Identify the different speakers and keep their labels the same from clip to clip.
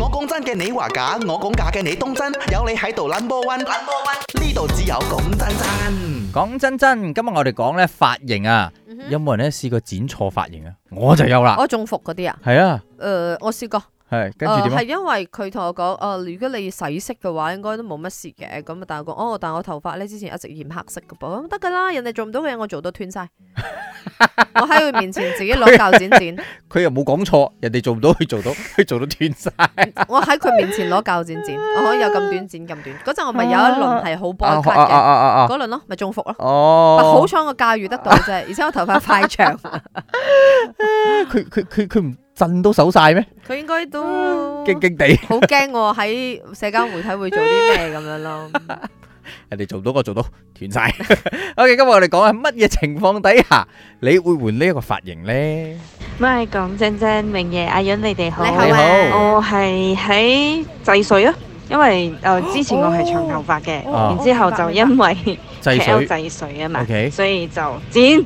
Speaker 1: 我講真嘅，你話假；我講假嘅，你當真。有你喺度 number one，number one，呢度只有講真真。
Speaker 2: 講真真，今日我哋講咧髮型啊，有冇人咧試過剪錯髮型啊？我就有啦，
Speaker 3: 嗯我中伏嗰啲啊，
Speaker 2: 係啊，
Speaker 3: 誒、我試過，
Speaker 2: 係跟住
Speaker 3: 誒
Speaker 2: 點
Speaker 3: 係
Speaker 2: 啊？
Speaker 3: 因為佢同我講，誒、如果你洗色嘅話，應該都冇乜事嘅。咁但係我講，哦，但我頭髮咧之前一直染黑色嘅噃，咁得㗎啦，人哋做唔到嘅嘢我做到斷晒。我喺佢面前自己攞鉸剪剪，
Speaker 2: 佢又冇講錯，人哋做唔到，佢做到， 佢做到斷晒。
Speaker 3: 我喺佢面前攞鉸剪剪，我可以有咁短剪咁短。嗰陣我咪有一輪係好波
Speaker 2: 啊
Speaker 3: cut
Speaker 2: 啊啊
Speaker 3: 嘅，
Speaker 2: 啊啊！
Speaker 3: 嗰輪咯，咪中伏咯。但
Speaker 2: 哦，
Speaker 3: 好彩我駕馭得到啫，而且我頭髮快 長，
Speaker 2: 佢佢佢佢唔震都手晒咩？
Speaker 3: 佢應該都
Speaker 2: 驚驚地，
Speaker 3: 好驚我喺社交媒體會做啲咩咁樣咯。
Speaker 2: 人哋做到我做到斷晒。OK，今日我哋講係乜嘢情況底下你會換呢一個髮型咧？
Speaker 4: 咪講真真，明爺阿允你哋好，
Speaker 3: 你
Speaker 2: 你
Speaker 3: 好啊
Speaker 4: 我係喺制水啊，因為誒、呃之前我係長頭髮嘅，
Speaker 3: 哦
Speaker 4: 然之後就因為
Speaker 2: 制
Speaker 4: KL
Speaker 2: 水
Speaker 4: 制水啊嘛
Speaker 2: OK
Speaker 4: 所以就剪，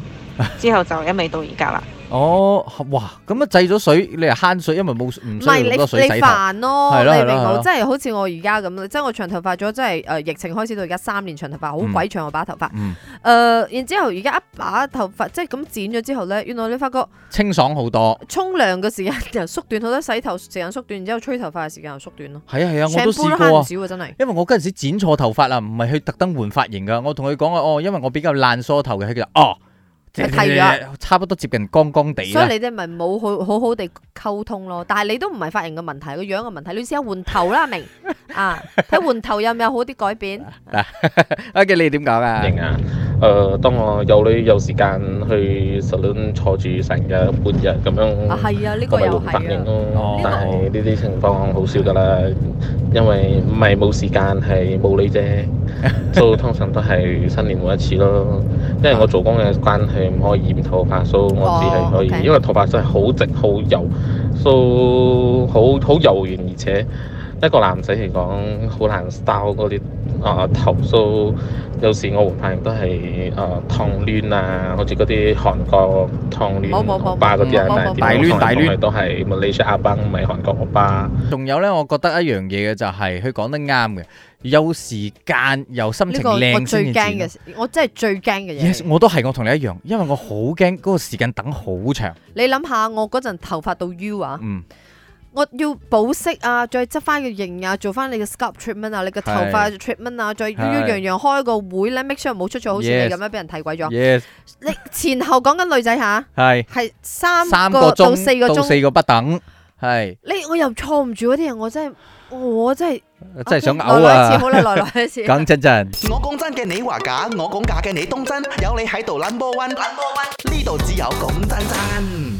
Speaker 4: 之後就一味到而家啦。
Speaker 2: 哦，哇！咁啊制咗水，你係慳水，因為冇唔需
Speaker 3: 唔
Speaker 2: 要
Speaker 3: 係
Speaker 2: 咁多
Speaker 3: 你
Speaker 2: 水
Speaker 3: 你
Speaker 2: 洗頭。
Speaker 3: 煩咯，
Speaker 2: 係
Speaker 3: 你
Speaker 2: 咯係
Speaker 3: 明
Speaker 2: 咯係
Speaker 3: 冇？
Speaker 2: 咯
Speaker 3: 即係好似我而家咁啦，即係我長頭髮咗，即係呃誒疫情開始到而家三年長頭髮，好鬼長我把頭髮。
Speaker 2: 嗯，
Speaker 3: 誒，然之後而家一把頭髮即係咁剪咗之後咧，原來你發覺
Speaker 2: 清爽好多。
Speaker 3: 沖涼嘅時間又縮短好多，洗頭時間縮短，然之後吹頭髮嘅時間又縮短咯。
Speaker 2: 係啊係啊，我都
Speaker 3: Shampoo
Speaker 2: 試
Speaker 3: 慳
Speaker 2: 過
Speaker 3: 唔
Speaker 2: 啊。
Speaker 3: 少啊，真係。
Speaker 2: 因為我嗰陣時剪錯頭髮啦，唔係去特登換髮型噶。我同佢講啊，哦，因為我比較爛梳頭嘅，佢就哦，
Speaker 3: 咪剃咗
Speaker 2: 差不多接近光光地
Speaker 3: 所
Speaker 2: 啦
Speaker 3: 以。你哋咪冇好好好地溝通咯，但係你都唔係髮型嘅問題，個樣嘅問題，你試下換頭啦，阿明啊，睇換頭有唔有好啲改 變？
Speaker 2: OK，你點講啊？
Speaker 5: 型啊！誒、當我有女有時間去 salon 坐住成日半日咁樣，
Speaker 3: 啊，係啊，呢
Speaker 5: 咁
Speaker 3: 個
Speaker 5: 咪
Speaker 3: 又
Speaker 5: 換髮
Speaker 3: 係
Speaker 5: 型
Speaker 3: 啊。
Speaker 2: 哦
Speaker 5: 咯。但係呢啲情況好少㗎啦，因為唔係冇時間，係冇 女啫。所以通常都係新年換一次咯，因
Speaker 3: 啊
Speaker 5: 為我做工嘅關係唔可以染頭髮，所以我只係可以
Speaker 3: 哦，OK
Speaker 5: 因為頭髮真係好直好油，所以好好柔軟，而且一個男仔嚟講好難 style 嗰啲啊頭梳，有時我換髮型都係啊燙攣啊，好似嗰啲韓國燙
Speaker 3: 冇冇
Speaker 5: 攣
Speaker 3: 冇
Speaker 5: 歐巴嗰啲啊
Speaker 3: 冇冇，冇
Speaker 5: 但係點解
Speaker 2: 大攣
Speaker 5: 我從來
Speaker 2: 大攣
Speaker 5: 都係 Malaysia 阿巴，唔係韓國歐巴。
Speaker 2: 仲有咧，我覺得一樣嘢嘅就係佢講得啱嘅，有時間又心
Speaker 3: 呢
Speaker 2: 情
Speaker 3: 個我
Speaker 2: 靚先
Speaker 3: 最
Speaker 2: 至
Speaker 3: 驚
Speaker 2: 剪咯。
Speaker 3: 嘅，我真係最驚嘅嘢
Speaker 2: Yes，
Speaker 3: 嚟。
Speaker 2: 我都係我同你一樣，因為我好驚嗰個時間等好長。
Speaker 3: 你諗下，我嗰陣頭髮到 U 啊，
Speaker 2: 嗯，
Speaker 3: 我要保濕啊，再執翻個型啊，做翻你嘅 scalp treatment 啊，你嘅頭髮 treatment 啊，再樣樣樣開個會咧，make sure 冇出錯，好似你
Speaker 2: Yes
Speaker 3: 咁樣俾人睇鬼咗。
Speaker 2: yes，
Speaker 3: 你前後講緊女仔吓，
Speaker 2: 係
Speaker 3: 係三
Speaker 2: 三個
Speaker 3: 個到四
Speaker 2: 鐘
Speaker 3: 個
Speaker 2: 到
Speaker 3: 鐘，
Speaker 2: 四個不等，係
Speaker 3: 你我又錯唔住嗰啲嘢，我真係我真係
Speaker 2: 真係想
Speaker 3: OK，
Speaker 2: 嘔
Speaker 3: 來來一次
Speaker 2: 啊！
Speaker 3: 好啦，來來 一次。
Speaker 2: 講真真。
Speaker 1: 我講真嘅，你話假；我講假嘅，你當真。有你喺度 number one，number one，呢度只有講真真。